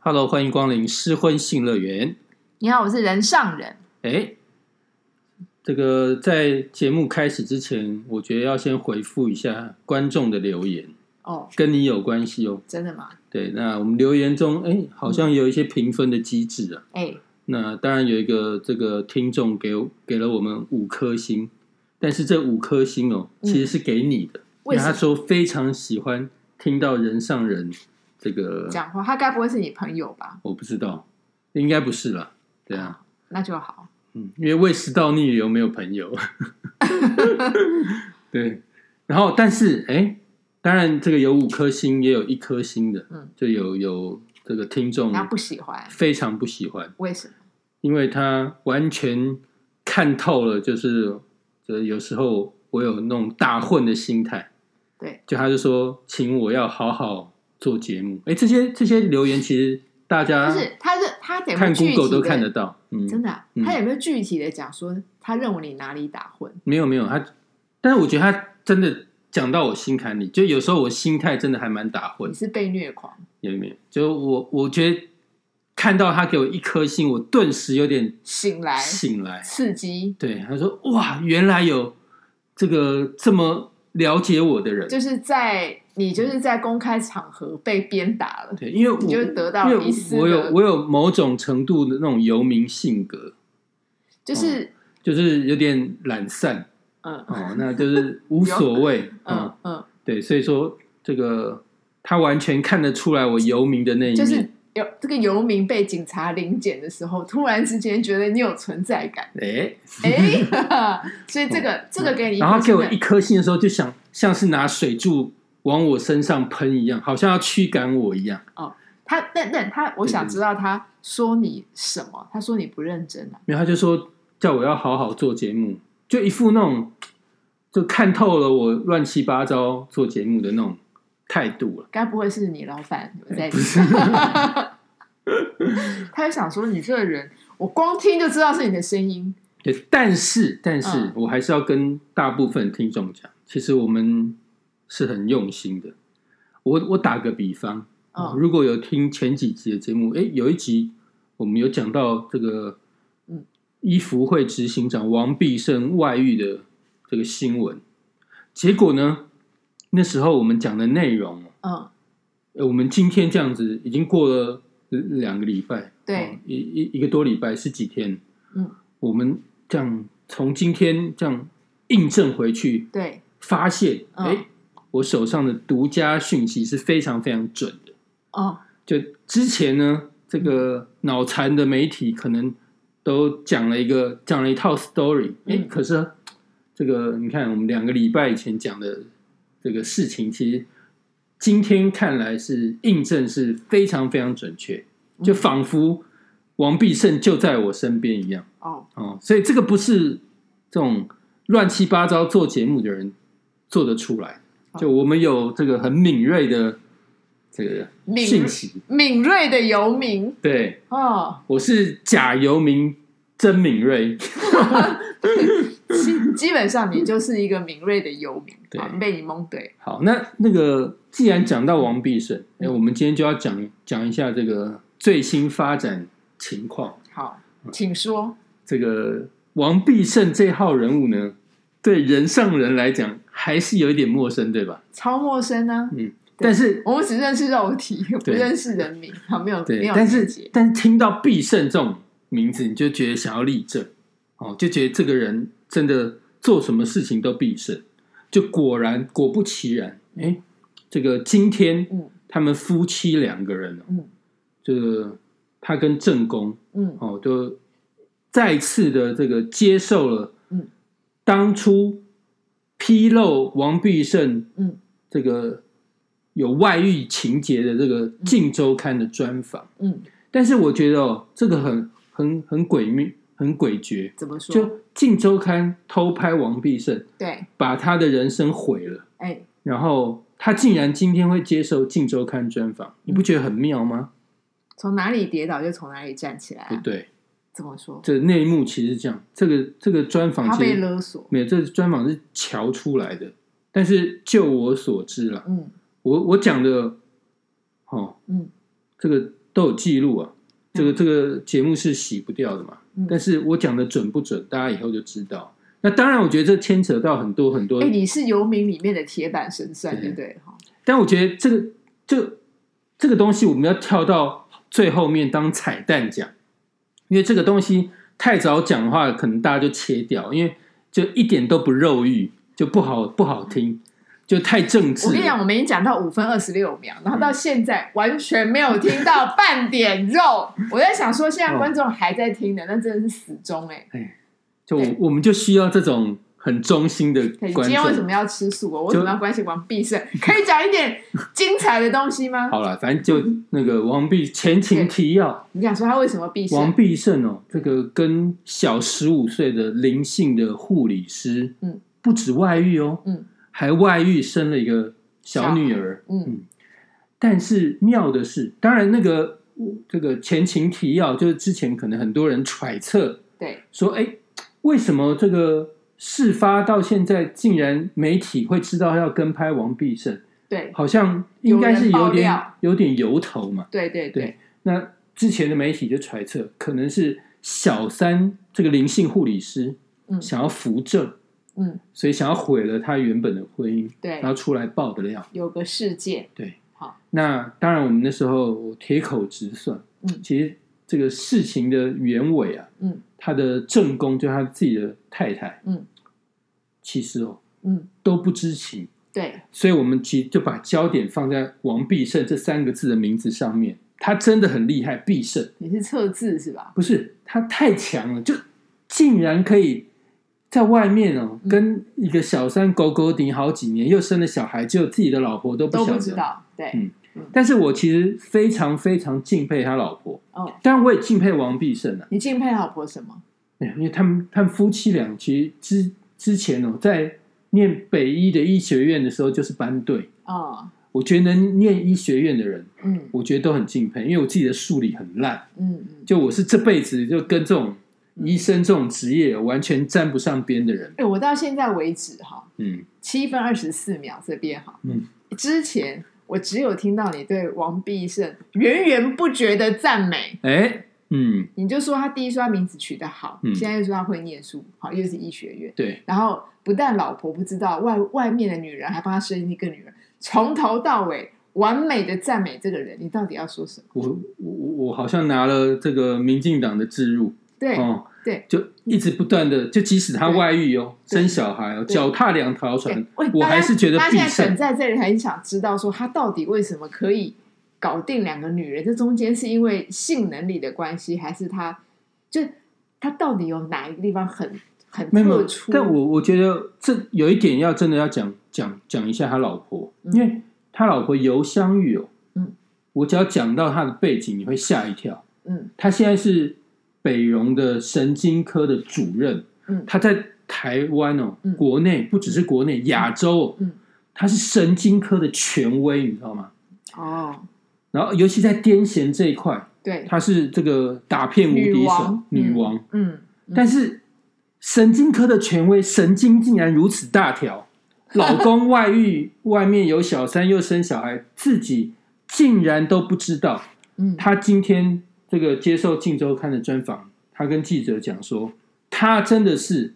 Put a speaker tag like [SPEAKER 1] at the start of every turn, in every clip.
[SPEAKER 1] Hello，欢迎光临失婚性乐园。
[SPEAKER 2] 你好，我是人上人。
[SPEAKER 1] 哎，这个在节目开始之前，我觉得要先回复一下观众的留言，
[SPEAKER 2] 哦，
[SPEAKER 1] 跟你有关系哦。
[SPEAKER 2] 真的吗？
[SPEAKER 1] 对，那我们留言中，哎，好像有一些评分的机制啊。
[SPEAKER 2] 哎、
[SPEAKER 1] 那当然有一个这个听众给我给了我们五颗星，但是这五颗星哦，
[SPEAKER 2] 嗯
[SPEAKER 1] 其实是给你的。因为
[SPEAKER 2] 为什
[SPEAKER 1] 他
[SPEAKER 2] 么
[SPEAKER 1] 说非常喜欢听到人上人这个，
[SPEAKER 2] 讲话？他该不会是你朋友吧？
[SPEAKER 1] 我不知道，应该不是啦。对啊，
[SPEAKER 2] 那就好。
[SPEAKER 1] 嗯，因为胃食道逆流没有朋 友。对，然后但是哎，当然这个有五颗星，也有一颗星的，
[SPEAKER 2] 嗯，
[SPEAKER 1] 就有有这个听众
[SPEAKER 2] 他不喜欢，
[SPEAKER 1] 非常不喜欢，
[SPEAKER 2] 为什么？
[SPEAKER 1] 因为他完全看透了，就是呃有时候我有那种大混的心态。
[SPEAKER 2] 对，
[SPEAKER 1] 就他就说，请我要好好做节目。哎，这些这些留言其实大家
[SPEAKER 2] 就是他是他有没有
[SPEAKER 1] 看
[SPEAKER 2] 具体
[SPEAKER 1] Google
[SPEAKER 2] 的
[SPEAKER 1] 都看得到，嗯，
[SPEAKER 2] 真的啊、
[SPEAKER 1] 嗯
[SPEAKER 2] 他有没有具体的讲说他认为你哪里打混？
[SPEAKER 1] 没有没有，他，但是我觉得他真的讲到我心坎里，就有时候我心态真的还蛮打混
[SPEAKER 2] 你，是被虐狂？
[SPEAKER 1] 有没有？就我我觉得看到他给我一颗星，我顿时有点
[SPEAKER 2] 醒来
[SPEAKER 1] 醒来。
[SPEAKER 2] 刺激，
[SPEAKER 1] 对，他说哇，原来有这个这么了解我的人，
[SPEAKER 2] 就是在你就是在公开场合被鞭打了，
[SPEAKER 1] 对，因为我
[SPEAKER 2] 你就得到
[SPEAKER 1] 因为
[SPEAKER 2] 一丝
[SPEAKER 1] 我有
[SPEAKER 2] 的
[SPEAKER 1] 我有某种程度的那种游民性格，
[SPEAKER 2] 就是
[SPEAKER 1] 就是有点懒散
[SPEAKER 2] 嗯
[SPEAKER 1] 哦，那就是无所 谓，嗯
[SPEAKER 2] 嗯嗯，
[SPEAKER 1] 对，所以说这个他完全看得出来我游民的那一面，
[SPEAKER 2] 就是有这个游民被警察临检的时候，突然之间觉得你有存 在感。
[SPEAKER 1] 诶
[SPEAKER 2] 哎， 哈哈所以这个这个给你，
[SPEAKER 1] 然后给我一，颗星的时候，就想像是拿水柱往我身上喷一样，好像要驱赶我一样。
[SPEAKER 2] 他等等他，我
[SPEAKER 1] 嗯
[SPEAKER 2] 想知道他说你什么？他说你不认真啊，
[SPEAKER 1] 然后他就说叫我要好好做节目，就一副那种就看透了我乱七八糟做节目的那种态度了。
[SPEAKER 2] 该不会是你老板有在
[SPEAKER 1] 哎不？是
[SPEAKER 2] 他就想说你这个人，我光听就知道是你的声音。
[SPEAKER 1] 对，但是但是、
[SPEAKER 2] 嗯
[SPEAKER 1] 我还是要跟大部分听众讲，其实我们是很用心的。我我打个比方，哦，
[SPEAKER 2] 嗯
[SPEAKER 1] 如果有听前几集的节目，诶，有一集我们有讲到这个，
[SPEAKER 2] 嗯，
[SPEAKER 1] 衣服会执行长王必胜外遇的这个新闻。结果呢，那时候我们讲的内容，哦
[SPEAKER 2] 嗯，
[SPEAKER 1] 呃我们今天这样子已经过了呃两个礼拜，
[SPEAKER 2] 对
[SPEAKER 1] 哦一一一个多礼拜十几天，
[SPEAKER 2] 嗯，
[SPEAKER 1] 我们这样从今天这样印证回去，
[SPEAKER 2] 对，
[SPEAKER 1] 发现，
[SPEAKER 2] 嗯
[SPEAKER 1] 诶，我手上的独家讯息是非常非常准的。
[SPEAKER 2] 哦，
[SPEAKER 1] 就之前呢，这个脑残的媒体可能都讲了一个讲了一套 story，哎、
[SPEAKER 2] 嗯
[SPEAKER 1] 可是这个你看，我们两个礼拜以前讲的这个事情，其实今天看来是印证是非常非常准确，
[SPEAKER 2] 嗯
[SPEAKER 1] 就仿佛王必胜就在我身边一样
[SPEAKER 2] 哦，
[SPEAKER 1] 哦，所以这个不是这种乱七八糟做节目的人做得出来，就我们有这个很敏锐的这个
[SPEAKER 2] 敏
[SPEAKER 1] 信息。
[SPEAKER 2] 敏锐的游民
[SPEAKER 1] 对，
[SPEAKER 2] 哦，
[SPEAKER 1] 我是假游民，真敏锐。
[SPEAKER 2] 基基本上你就是一个敏锐的游民，
[SPEAKER 1] 对
[SPEAKER 2] 好被你蒙对，
[SPEAKER 1] 好，那那个既然讲到王必胜，哎、我们今天就要讲讲一下这个最新发展情况。
[SPEAKER 2] 好，
[SPEAKER 1] 嗯
[SPEAKER 2] 请说，
[SPEAKER 1] 这个王必胜这号人物呢，对人上人来讲还是有一点陌生，对吧？
[SPEAKER 2] 超陌生呢、
[SPEAKER 1] 嗯，但是
[SPEAKER 2] 我们只认识肉体，不
[SPEAKER 1] 对
[SPEAKER 2] 认识人名，好，没有没
[SPEAKER 1] 对，
[SPEAKER 2] 有
[SPEAKER 1] 但
[SPEAKER 2] 连
[SPEAKER 1] 是
[SPEAKER 2] 接
[SPEAKER 1] 但是听到必胜这种名字，你就觉得想要立正，哦，就觉得这个人真的做什么事情都必胜，就果然果不其然，哎，这个今天
[SPEAKER 2] 嗯
[SPEAKER 1] 他们夫妻两个人哦，
[SPEAKER 2] 嗯
[SPEAKER 1] 这个他跟正宫
[SPEAKER 2] 嗯
[SPEAKER 1] 哦，就再次的这个接受了，
[SPEAKER 2] 嗯，
[SPEAKER 1] 当初披露王必胜
[SPEAKER 2] 嗯
[SPEAKER 1] 这个有外遇情节的这个《镜周刊》的专访。
[SPEAKER 2] 嗯，
[SPEAKER 1] 但是我觉得哦，这个很很很诡秘，很诡谲。
[SPEAKER 2] 怎么说？
[SPEAKER 1] 就《镜周刊》偷拍王必胜，
[SPEAKER 2] 对，
[SPEAKER 1] 把他的人生毁了，
[SPEAKER 2] 哎，
[SPEAKER 1] 然后他竟然今天会接受《镜周刊》专
[SPEAKER 2] 嗯
[SPEAKER 1] 访，你不觉得很妙吗？
[SPEAKER 2] 从哪里跌倒就从哪里站起来
[SPEAKER 1] 不
[SPEAKER 2] 啊、
[SPEAKER 1] 对，
[SPEAKER 2] 怎么说？
[SPEAKER 1] 这内幕其实是这样，这个这个专访
[SPEAKER 2] 他
[SPEAKER 1] 其
[SPEAKER 2] 被
[SPEAKER 1] 实
[SPEAKER 2] 勒索，
[SPEAKER 1] 没有，这个专访是瞧出来的。但是就我所知啦，
[SPEAKER 2] 嗯
[SPEAKER 1] 我我讲的，哦，
[SPEAKER 2] 嗯，
[SPEAKER 1] 这个都有记录啊。这个
[SPEAKER 2] 嗯
[SPEAKER 1] 这个节目是洗不掉的嘛
[SPEAKER 2] 嗯。
[SPEAKER 1] 但是我讲的准不准，大家以后就知道。那当然，我觉得这牵扯到很多很多
[SPEAKER 2] 哎、你是游民里面的铁板神算，
[SPEAKER 1] 对
[SPEAKER 2] 对不对？哈，
[SPEAKER 1] 但我觉得这个这个这个东西，我们要跳到最后面当彩蛋讲，因为这个东西太早讲的话，可能大家就切掉，因为就一点都不肉欲，就不好不好听，就太政治
[SPEAKER 2] 我跟你讲，
[SPEAKER 1] 了。
[SPEAKER 2] 我们已经讲到五分二十六秒，然后
[SPEAKER 1] 嗯
[SPEAKER 2] 到现在完全没有听到 半点肉。我在想说，
[SPEAKER 1] 哦
[SPEAKER 2] 现在观众还在听的，那真的是死忠哎、
[SPEAKER 1] 就我我们就需要这种很忠心的
[SPEAKER 2] 对你
[SPEAKER 1] 观
[SPEAKER 2] 今天为什
[SPEAKER 1] 众。
[SPEAKER 2] 么要吃素哦？我为什么要关心王必胜？可以讲一点精彩的东西吗？
[SPEAKER 1] 好了，反正就那个王必前情提要，
[SPEAKER 2] 你想说他为什么必
[SPEAKER 1] 王
[SPEAKER 2] 胜？
[SPEAKER 1] 必胜哦，这个跟小十五岁的灵性的护理师，
[SPEAKER 2] 嗯，
[SPEAKER 1] 不止外遇哦，
[SPEAKER 2] 嗯，
[SPEAKER 1] 还外遇生了一个小女儿，
[SPEAKER 2] 嗯
[SPEAKER 1] 但是妙的是，当然那个这个前情提要，就是之前可能很多人揣测
[SPEAKER 2] 对，
[SPEAKER 1] 说，哎，为什么这个事发到现在，竟然媒体会知道要跟拍王必胜，
[SPEAKER 2] 对，
[SPEAKER 1] 好像应该是
[SPEAKER 2] 有人
[SPEAKER 1] 有
[SPEAKER 2] 爆
[SPEAKER 1] 点
[SPEAKER 2] 料
[SPEAKER 1] 有点由头嘛。
[SPEAKER 2] 对，对，对
[SPEAKER 1] 对，那之前的媒体就揣测，可能是小三这个灵性护理师，
[SPEAKER 2] 嗯
[SPEAKER 1] 想要扶正，
[SPEAKER 2] 嗯，
[SPEAKER 1] 所以想要毁了他原本的婚姻，
[SPEAKER 2] 对
[SPEAKER 1] 然，后出来爆的料。
[SPEAKER 2] 有个事件，
[SPEAKER 1] 对，
[SPEAKER 2] 好，
[SPEAKER 1] 那当然我们那时候我铁口直算，
[SPEAKER 2] 嗯
[SPEAKER 1] 其实这个事情的原委啊，
[SPEAKER 2] 嗯，
[SPEAKER 1] 他的正宫就他自己的太太，
[SPEAKER 2] 嗯，
[SPEAKER 1] 其实哦
[SPEAKER 2] 嗯，
[SPEAKER 1] 都不知情，
[SPEAKER 2] 对，
[SPEAKER 1] 所以我们其实就把焦点放在王必胜这三个字的名字上面，他真的很厉害，必胜。
[SPEAKER 2] 你是测字是吧？
[SPEAKER 1] 不是他太强了，就竟然可以在外面哦，
[SPEAKER 2] 嗯
[SPEAKER 1] 跟一个小三勾勾顶好几年，又生了小孩，只有自己的老婆都不
[SPEAKER 2] 都
[SPEAKER 1] 晓
[SPEAKER 2] 不
[SPEAKER 1] 得。
[SPEAKER 2] 知道，对
[SPEAKER 1] 嗯，但是我其实非常非常敬佩他老婆，
[SPEAKER 2] 哦，
[SPEAKER 1] 当然我也敬佩王必胜啊，
[SPEAKER 2] 你敬佩老婆什么？
[SPEAKER 1] 哎呀因为他们他们夫妻俩其实之之前哦，在念北医的医学院的时候就是班队。
[SPEAKER 2] 哦，
[SPEAKER 1] 我觉得能念医学院的人，
[SPEAKER 2] 嗯
[SPEAKER 1] 我觉得都很敬佩，因为我自己的数理很烂，
[SPEAKER 2] 嗯嗯。
[SPEAKER 1] 就我是这辈子就跟这种医生这种职业完全沾不上边的人。
[SPEAKER 2] 哎、我到现在为止哈，
[SPEAKER 1] 嗯，
[SPEAKER 2] 七分二十四秒这边哈，
[SPEAKER 1] 嗯，
[SPEAKER 2] 之前我只有听到你对王必胜源源不绝的赞美，
[SPEAKER 1] 哎，嗯，
[SPEAKER 2] 你就说他第一说他名字取得好，
[SPEAKER 1] 嗯
[SPEAKER 2] 现在又说他会念书，好又是医学院，
[SPEAKER 1] 对，
[SPEAKER 2] 然后不但老婆不知道，外外面的女人还帮他生一个女儿，从头到尾完美的赞美这个人，你到底要说什么？
[SPEAKER 1] 我我我我好像拿了这个民进党的置入
[SPEAKER 2] 对、
[SPEAKER 1] 哦，
[SPEAKER 2] 对，
[SPEAKER 1] 就一直不断的，就即使他外遇哦，
[SPEAKER 2] 对
[SPEAKER 1] 生小孩哦，
[SPEAKER 2] 对
[SPEAKER 1] 脚踏两条
[SPEAKER 2] 对
[SPEAKER 1] 船，，
[SPEAKER 2] 喂
[SPEAKER 1] 我
[SPEAKER 2] 大家
[SPEAKER 1] 还是觉得
[SPEAKER 2] 大
[SPEAKER 1] 必
[SPEAKER 2] 家现在
[SPEAKER 1] 胜
[SPEAKER 2] 等在这里，很想知道说他到底为什么可以搞定两个女人？这中间是因为性能力的关系，还是他就他到底有哪一个地方很很
[SPEAKER 1] 没有没有
[SPEAKER 2] 特殊？
[SPEAKER 1] 但我我觉得这有一点要真的要讲讲讲一下他老婆，因为他老婆尤香玉哦，
[SPEAKER 2] 嗯，
[SPEAKER 1] 我只要讲到她的背景，你会吓一跳。
[SPEAKER 2] 嗯
[SPEAKER 1] 他现在是北荣的神经科的主任，
[SPEAKER 2] 嗯
[SPEAKER 1] 他在台湾哦，
[SPEAKER 2] 嗯
[SPEAKER 1] 国内不只是国内，亚洲、哦，
[SPEAKER 2] 嗯
[SPEAKER 1] 他是神经科的权威，你知道吗？
[SPEAKER 2] 哦，
[SPEAKER 1] 然后尤其在癫痫这一块，
[SPEAKER 2] 对，
[SPEAKER 1] 他是这个打遍无
[SPEAKER 2] 女
[SPEAKER 1] 敌手
[SPEAKER 2] 王
[SPEAKER 1] 女王，
[SPEAKER 2] 嗯，嗯
[SPEAKER 1] 但是神经科的权威，神经竟然如此大 条，老公外遇，外面有小三又生小孩，自己竟然都不知道。
[SPEAKER 2] 嗯
[SPEAKER 1] 他今天这个接受《镜周刊》的专访，他跟记者讲说，他真的是《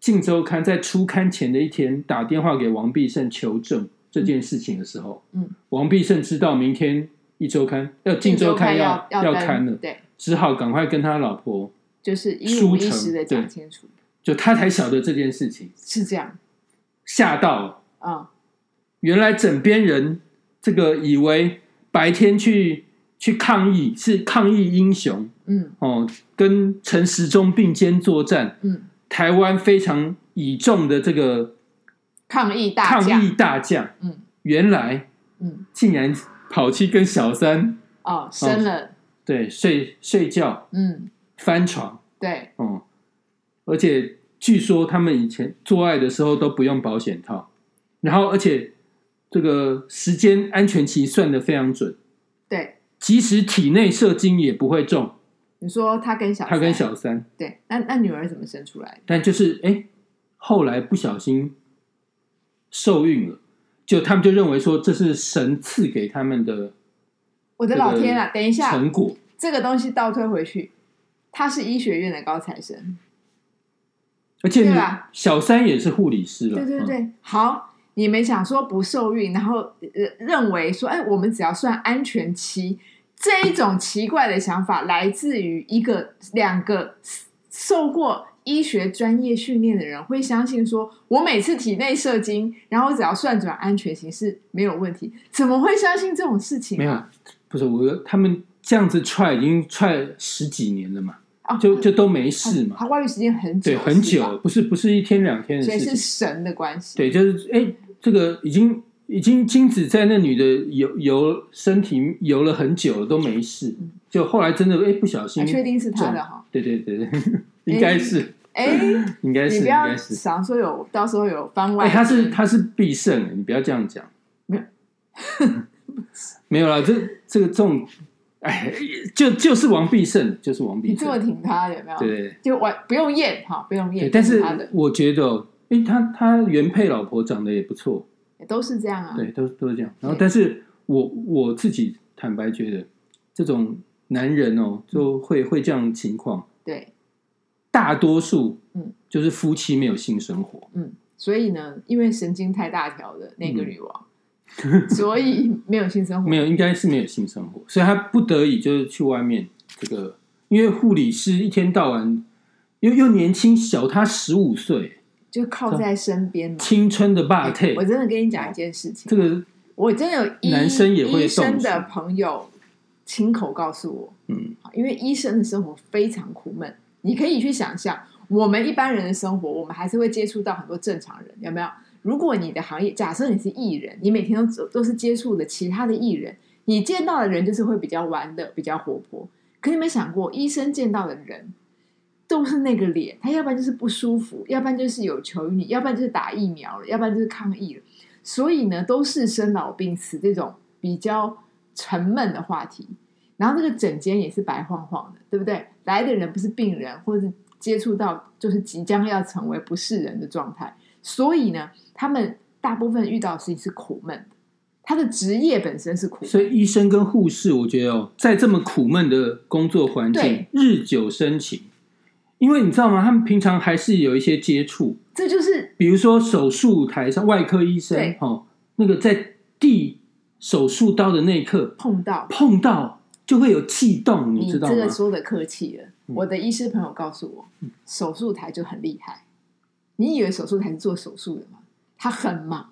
[SPEAKER 1] 镜周刊》在出刊前的一天打电话给王必胜求证这件事情的时候，
[SPEAKER 2] 嗯，
[SPEAKER 1] 王必胜知道明天一周刊要《镜周刊要》
[SPEAKER 2] 要
[SPEAKER 1] 要
[SPEAKER 2] 登
[SPEAKER 1] 刊了，
[SPEAKER 2] 对，
[SPEAKER 1] 只好赶快跟他老婆，
[SPEAKER 2] 就是一
[SPEAKER 1] 书
[SPEAKER 2] 五一
[SPEAKER 1] 城
[SPEAKER 2] 十的
[SPEAKER 1] 对
[SPEAKER 2] 讲清楚，
[SPEAKER 1] 就他才晓得这件事情，
[SPEAKER 2] 是这样
[SPEAKER 1] 吓到了。
[SPEAKER 2] 啊、
[SPEAKER 1] 原来枕边人这个以为白天去去抗议是抗议英雄，
[SPEAKER 2] 嗯
[SPEAKER 1] 哦，跟陈时中并肩作战，
[SPEAKER 2] 嗯，
[SPEAKER 1] 台湾非常倚重的这个
[SPEAKER 2] 抗议大
[SPEAKER 1] 抗
[SPEAKER 2] 将，
[SPEAKER 1] 议大将，
[SPEAKER 2] 嗯，
[SPEAKER 1] 原来
[SPEAKER 2] 嗯
[SPEAKER 1] 竟然跑去跟小三
[SPEAKER 2] 哦，生了，
[SPEAKER 1] 对睡睡觉
[SPEAKER 2] 嗯，
[SPEAKER 1] 翻床，
[SPEAKER 2] 对，
[SPEAKER 1] 哦，而且据说他们以前做爱的时候都不用保险套，然后而且这个时间安全期算的非常准，
[SPEAKER 2] 对，
[SPEAKER 1] 即使体内射精也不会中，
[SPEAKER 2] 你说他跟小
[SPEAKER 1] 他跟
[SPEAKER 2] 三
[SPEAKER 1] 小三，
[SPEAKER 2] 对，那那女儿怎么生出来的？
[SPEAKER 1] 但就是哎，后来不小心受孕了，就他们就认为说这是神赐给他们的
[SPEAKER 2] 我的老天啊！等一下，
[SPEAKER 1] 成果
[SPEAKER 2] 这个东西倒推回去，他是医学院的高材生，
[SPEAKER 1] 而且
[SPEAKER 2] 对
[SPEAKER 1] 你
[SPEAKER 2] 吧
[SPEAKER 1] 小三也是护理师了，
[SPEAKER 2] 对对
[SPEAKER 1] 嗯，
[SPEAKER 2] 对，好，你们想说不受孕，然后呃认为说，哎，我们只要算安全期，这一种奇怪的想法来自于一个两个受过医学专业训练的人会相信说，我每次体内射精，然后只要算准安全期是没有问题，怎么会相信这种事情？
[SPEAKER 1] 嗯没
[SPEAKER 2] 啊
[SPEAKER 1] 有，不是我他们这样子踹已经踹十几年了嘛，
[SPEAKER 2] 啊，
[SPEAKER 1] 就就都没事嘛，
[SPEAKER 2] 他外遇时间很久，
[SPEAKER 1] 对，很
[SPEAKER 2] 嗯是吧
[SPEAKER 1] 久，，不是不是一天两天的
[SPEAKER 2] 所以
[SPEAKER 1] 事
[SPEAKER 2] 是
[SPEAKER 1] 情，
[SPEAKER 2] 神的关系。
[SPEAKER 1] 对，就是哎，这个已经已经精子在那女的游游身体游了很久了都没事
[SPEAKER 2] 嗯，
[SPEAKER 1] 就后来真的哎不小
[SPEAKER 2] 啊
[SPEAKER 1] 心，
[SPEAKER 2] 确定是他
[SPEAKER 1] 中
[SPEAKER 2] 的哈？
[SPEAKER 1] 对对对对，应该是
[SPEAKER 2] 哎、
[SPEAKER 1] 应该是
[SPEAKER 2] 你
[SPEAKER 1] 应
[SPEAKER 2] 不要
[SPEAKER 1] 该是，
[SPEAKER 2] 想说有到时候有番外
[SPEAKER 1] 哎，
[SPEAKER 2] 篇，
[SPEAKER 1] 他是他是必胜，你不要这样讲，
[SPEAKER 2] 没有，
[SPEAKER 1] 没有啦，这这个这种，哎，就就是王必胜，就是王
[SPEAKER 2] 你
[SPEAKER 1] 必
[SPEAKER 2] 这么
[SPEAKER 1] 胜，
[SPEAKER 2] 挺他有没有？
[SPEAKER 1] 对对对。
[SPEAKER 2] 就完不用验哈，不用
[SPEAKER 1] 对
[SPEAKER 2] 验，
[SPEAKER 1] 但是
[SPEAKER 2] 他的
[SPEAKER 1] 我觉得哦，诶，他他原配老婆长得也不错，
[SPEAKER 2] 也都是这样啊。
[SPEAKER 1] 对，都都是这样。然后
[SPEAKER 2] 对，
[SPEAKER 1] 但是我我自己坦白觉得，这种男人哦，就会会这样情况，
[SPEAKER 2] 对
[SPEAKER 1] 大多数
[SPEAKER 2] 嗯，
[SPEAKER 1] 就是夫妻没有性生活，
[SPEAKER 2] 嗯，所以呢，因为神经太大条的那个女王，所以没有性生
[SPEAKER 1] 嗯
[SPEAKER 2] 活，
[SPEAKER 1] 没有，应该是没有性生活，所以他不得已就是去外面这个，因为护理师一天到晚又又年轻，小他十五岁，
[SPEAKER 2] 就靠在身边嘛。哎
[SPEAKER 1] 青春的霸退
[SPEAKER 2] 我，真的跟你讲一件事情，
[SPEAKER 1] 这个
[SPEAKER 2] 我真的有医
[SPEAKER 1] 男生也会
[SPEAKER 2] 医生
[SPEAKER 1] 动
[SPEAKER 2] 的
[SPEAKER 1] 情
[SPEAKER 2] 朋友亲口告诉我，
[SPEAKER 1] 嗯，
[SPEAKER 2] 因为医生的生活非常苦闷。你可以去想象，我们一般人的生活，我们还是会接触到很多正常人，有没有？如果你的行业，假设你是艺人，你每天都都是接触的其他的艺人，你见到的人就是会比较玩乐、比较活泼。可你有没有想过，医生见到的人都是那个脸，他要不然就是不舒服，要不然就是有求于你，要不然就是打疫苗了，要不然就是抗议了。所以呢，都是生老病死这种比较沉闷的话题。然后这个整间也是白晃晃的，对不对？来的人不是病人，或者是接触到就是即将要成为不是人的状态，所以呢，他们大部分遇到的事情是苦闷的，他的职业本身是苦
[SPEAKER 1] 所
[SPEAKER 2] 闷的，
[SPEAKER 1] 以医生跟护士，我觉得哦，在这么苦闷的工作环境
[SPEAKER 2] 对，
[SPEAKER 1] 日久生情。因为你知道吗？他们平常还是有一些接触，
[SPEAKER 2] 这就是
[SPEAKER 1] 比如说手术台上，外科医生
[SPEAKER 2] 对
[SPEAKER 1] 哦，那个在递手术刀的那一刻
[SPEAKER 2] 碰到
[SPEAKER 1] 碰到，就会有悸动，你知道
[SPEAKER 2] 这
[SPEAKER 1] 吗
[SPEAKER 2] 个？说的客气了。
[SPEAKER 1] 嗯
[SPEAKER 2] 我的医师朋友告诉我，手术台就很厉害。你以为手术台是做手术的吗？他很忙，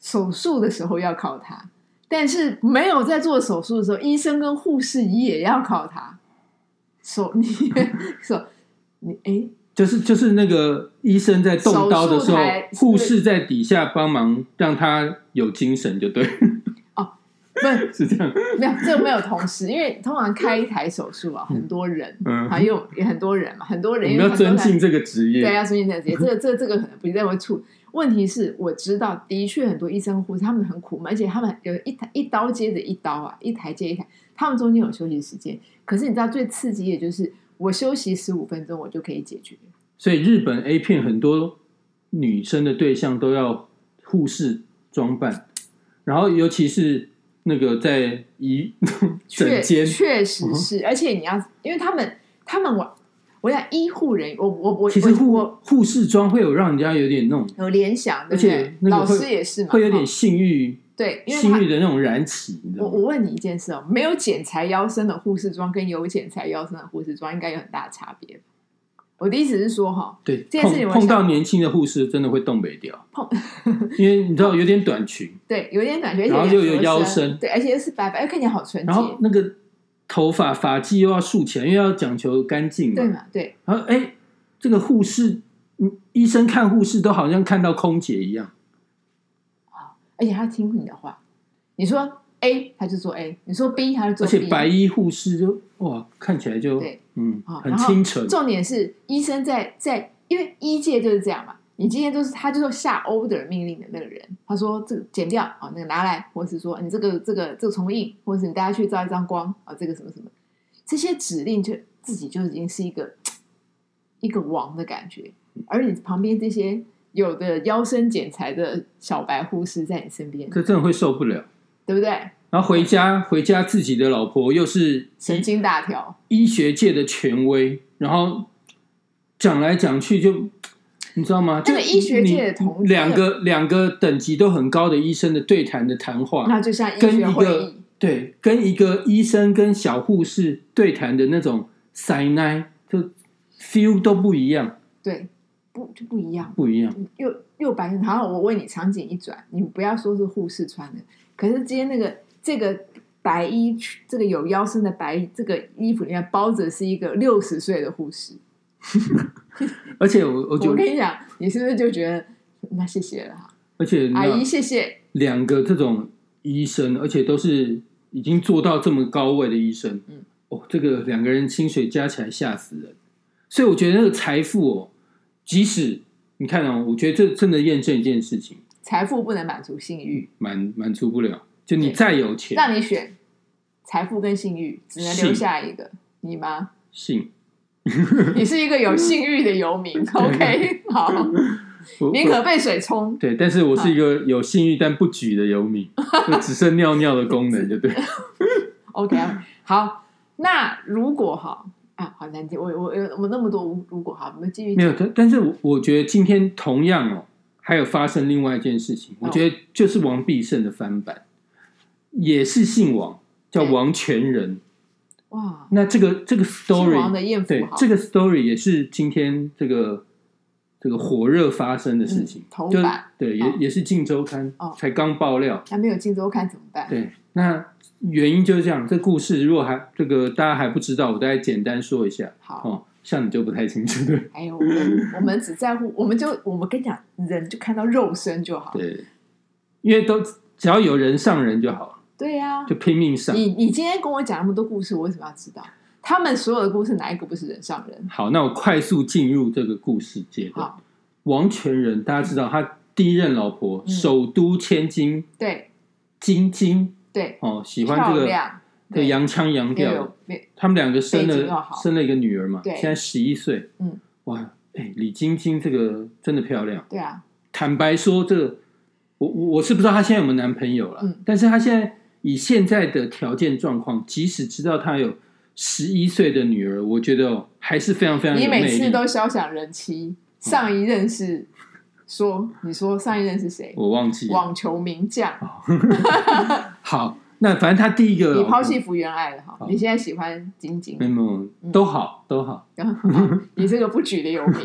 [SPEAKER 2] 手术的时候要靠他，但是没有在做手术的时候，医生跟护士也要靠他。手 你手你哎，
[SPEAKER 1] 就是就是那个医生在动刀的时
[SPEAKER 2] 手术
[SPEAKER 1] 候
[SPEAKER 2] 台，是
[SPEAKER 1] 护士在底下帮忙，让他有精神，就对，
[SPEAKER 2] 哦不 是
[SPEAKER 1] 是这样。
[SPEAKER 2] 没有这个没有同时，因为通常开一台手术啊，很多人
[SPEAKER 1] 嗯，
[SPEAKER 2] 啊，又也很多人嘛，很多
[SPEAKER 1] 我
[SPEAKER 2] 人
[SPEAKER 1] 们
[SPEAKER 2] 因为
[SPEAKER 1] 要
[SPEAKER 2] 很多
[SPEAKER 1] 尊
[SPEAKER 2] 台
[SPEAKER 1] 敬这个职业。
[SPEAKER 2] 对，要啊出现这个这个这个这个可能不太会处。问题是，我知道的确很多医生护士他们很苦闷，而且他们有一台一刀接着一刀啊，一台接一台，他们中间有休息时间。可是你知道最刺激的就是，我休息十五分钟，我就可以解决。
[SPEAKER 1] 所以日本 A 片很多女生的对象都要护士装扮，然后尤其是那个在一整
[SPEAKER 2] 确
[SPEAKER 1] 间，嗯
[SPEAKER 2] 确实是，而且你要，因为他们他们我我想医护人，我我我
[SPEAKER 1] 其实
[SPEAKER 2] 我
[SPEAKER 1] 护护士装会有让人家有点那种
[SPEAKER 2] 有联想，对
[SPEAKER 1] 而
[SPEAKER 2] 不
[SPEAKER 1] 且
[SPEAKER 2] 对？
[SPEAKER 1] 那个
[SPEAKER 2] 老
[SPEAKER 1] 会
[SPEAKER 2] 师也是嘛，
[SPEAKER 1] 会有点
[SPEAKER 2] 哦
[SPEAKER 1] 性欲
[SPEAKER 2] 对，因为他
[SPEAKER 1] 性欲的那种燃起，你知
[SPEAKER 2] 我
[SPEAKER 1] 道
[SPEAKER 2] 我
[SPEAKER 1] 吗？
[SPEAKER 2] 问你一件事哦，没有剪裁腰身的护士装跟有剪裁腰身的护士装应该有很大的差别吧我的意思是说哈，
[SPEAKER 1] 对，
[SPEAKER 2] 这件事情
[SPEAKER 1] 碰
[SPEAKER 2] 我
[SPEAKER 1] 碰
[SPEAKER 2] 想
[SPEAKER 1] 到年轻的护士真的会动北掉，
[SPEAKER 2] 碰
[SPEAKER 1] 因为你知道有点短 裙，
[SPEAKER 2] 对，有点感觉，而且
[SPEAKER 1] 然后
[SPEAKER 2] 点
[SPEAKER 1] 又有
[SPEAKER 2] 合
[SPEAKER 1] 腰身
[SPEAKER 2] 身，对，而且又是白白，哎，看起来好纯洁
[SPEAKER 1] 然，后那个头发发髻又要竖起来，因为要讲求干净嘛
[SPEAKER 2] 对。嘛？对，
[SPEAKER 1] 然后哎，诶这个护士，嗯医生看护士都好像看到空姐一样，
[SPEAKER 2] 而且他听你的话，你说 A 他就做 A，你说 B 他就
[SPEAKER 1] 而
[SPEAKER 2] 做 B，
[SPEAKER 1] 且白衣护士就哇，看起来就
[SPEAKER 2] 对
[SPEAKER 1] 嗯
[SPEAKER 2] 啊
[SPEAKER 1] 很
[SPEAKER 2] 然后
[SPEAKER 1] 清纯，
[SPEAKER 2] 重点是医生在在，因为医界就是这样嘛。你今天就是他就是下 order 命令的那个人，他说这个剪掉啊、那个拿来，或是说你这个这个这个重印，或是你大家去照一张光啊、这个什么什么，这些指令就自己就已经是一个一个王的感觉，而你旁边这些有的腰身剪裁的小白护士在你身边，
[SPEAKER 1] 这真的会受不了。
[SPEAKER 2] 对不对？
[SPEAKER 1] 然后回家回家自己的老婆又是
[SPEAKER 2] 神经大条，
[SPEAKER 1] 医学界的权威，然后讲来讲去就，你知道吗？
[SPEAKER 2] 那个
[SPEAKER 1] 就
[SPEAKER 2] 医学界
[SPEAKER 1] 你
[SPEAKER 2] 的同
[SPEAKER 1] 两个两个等级都很高的医生的对谈的谈话，
[SPEAKER 2] 那就像医
[SPEAKER 1] 跟
[SPEAKER 2] 学
[SPEAKER 1] 一
[SPEAKER 2] 会
[SPEAKER 1] 个
[SPEAKER 2] 议，
[SPEAKER 1] 对跟一个医生跟小护士对谈的那种塞奶，就 feel 都不一样，
[SPEAKER 2] 对，不就不一样。
[SPEAKER 1] 不一样。
[SPEAKER 2] 又又白天，好，我为你场景一转，你不要说是护士穿的，可是今天那个这个白衣，这个有腰身的白衣，这个衣服里面包着是一个六十岁的护士。
[SPEAKER 1] 而且我我
[SPEAKER 2] 我
[SPEAKER 1] 就
[SPEAKER 2] 跟你讲，你是不是就觉得那谢谢了哈，
[SPEAKER 1] 而且
[SPEAKER 2] 阿
[SPEAKER 1] 嗯那
[SPEAKER 2] 姨谢谢，
[SPEAKER 1] 两个这种医生，而且都是已经做到这么高位的医生，
[SPEAKER 2] 嗯，
[SPEAKER 1] 哦，这个两个人薪水加起来吓死人，所以我觉得那个财富哦，即使你看哦，我觉得这真的验证一件事情，
[SPEAKER 2] 财富不能满足性欲，
[SPEAKER 1] 满满足不了，就你
[SPEAKER 2] 对
[SPEAKER 1] 再有钱，
[SPEAKER 2] 让你选财富跟性欲，只能留
[SPEAKER 1] 性
[SPEAKER 2] 下一个你吗？
[SPEAKER 1] 信
[SPEAKER 2] 你是一个有性欲的 游民，OK，好，
[SPEAKER 1] 我
[SPEAKER 2] 宁
[SPEAKER 1] 我
[SPEAKER 2] 可啊被水冲。
[SPEAKER 1] 对，但是我是一个有性欲但不举的游 民，就只剩尿尿的功能，就对，
[SPEAKER 2] OK，好，那如果哈啊，好难听，我我我我那么多如果哈，我们继续
[SPEAKER 1] 没有，但但是我我觉得今天同样哦，还有发生另外一件事情，
[SPEAKER 2] 哦
[SPEAKER 1] 我觉得就是王必胜的翻版，也是姓王，叫
[SPEAKER 2] 对
[SPEAKER 1] 王全仁。
[SPEAKER 2] 哇，
[SPEAKER 1] 那这个这个
[SPEAKER 2] 姓王
[SPEAKER 1] story，
[SPEAKER 2] 的艳福
[SPEAKER 1] 对
[SPEAKER 2] 好，
[SPEAKER 1] 这个 story 也是今天这个这个火热发生的事情，
[SPEAKER 2] 嗯头
[SPEAKER 1] 就
[SPEAKER 2] 版
[SPEAKER 1] 对，也、
[SPEAKER 2] 哦
[SPEAKER 1] 也是《镜周刊》
[SPEAKER 2] 哦
[SPEAKER 1] 才刚爆料，
[SPEAKER 2] 那没有荆州看怎么办？
[SPEAKER 1] 对，那原因就是这样。这故事如果还这个大家还不知道，我大概简单说一下
[SPEAKER 2] 好，
[SPEAKER 1] 哦，像你就不太清楚对
[SPEAKER 2] 哎呦，我们我们只在乎，我们就我们跟你讲，人就看到肉身就好，
[SPEAKER 1] 对，因为都只要有人上人就好了，
[SPEAKER 2] 对呀
[SPEAKER 1] 就，拼命上。
[SPEAKER 2] 你你今天跟我讲那么多故事，我为什么要知道？他们所有的故事哪一个不是人上人？
[SPEAKER 1] 好，那我快速进入这个故事阶段。
[SPEAKER 2] 好，
[SPEAKER 1] 王全仁，大家知道他第一任老婆、
[SPEAKER 2] 嗯
[SPEAKER 1] 首都千金
[SPEAKER 2] 对
[SPEAKER 1] 晶晶
[SPEAKER 2] 对，
[SPEAKER 1] 哦，喜欢
[SPEAKER 2] 漂
[SPEAKER 1] 这个
[SPEAKER 2] 亮，
[SPEAKER 1] 对洋腔洋
[SPEAKER 2] 又
[SPEAKER 1] 调的
[SPEAKER 2] 有，没
[SPEAKER 1] 他们两个生
[SPEAKER 2] 背景又
[SPEAKER 1] 了
[SPEAKER 2] 好
[SPEAKER 1] 生了一个女儿嘛，
[SPEAKER 2] 对
[SPEAKER 1] 现在十一岁，
[SPEAKER 2] 嗯，
[SPEAKER 1] 哇，哎，李晶晶这个真的漂亮。
[SPEAKER 2] 对啊，
[SPEAKER 1] 坦白说，这个我我我是不知道她现在有没有男朋友了。
[SPEAKER 2] 嗯
[SPEAKER 1] 但是她现在以现在的条件状况，即使知道她有十一岁的女儿，我觉得哦还是非常非常
[SPEAKER 2] 你
[SPEAKER 1] 有魅
[SPEAKER 2] 每次
[SPEAKER 1] 力。
[SPEAKER 2] 都肖想人妻，上一任是说，你说上一任是谁？
[SPEAKER 1] 我忘记了
[SPEAKER 2] 网球名将，
[SPEAKER 1] 啊好，那反正她第一个
[SPEAKER 2] 你
[SPEAKER 1] 老婆
[SPEAKER 2] 抛弃嗯福原爱了哈
[SPEAKER 1] 好，
[SPEAKER 2] 你现在喜欢晶晶
[SPEAKER 1] 没，有没有都好都好。
[SPEAKER 2] 然后好你这个不举的有 名，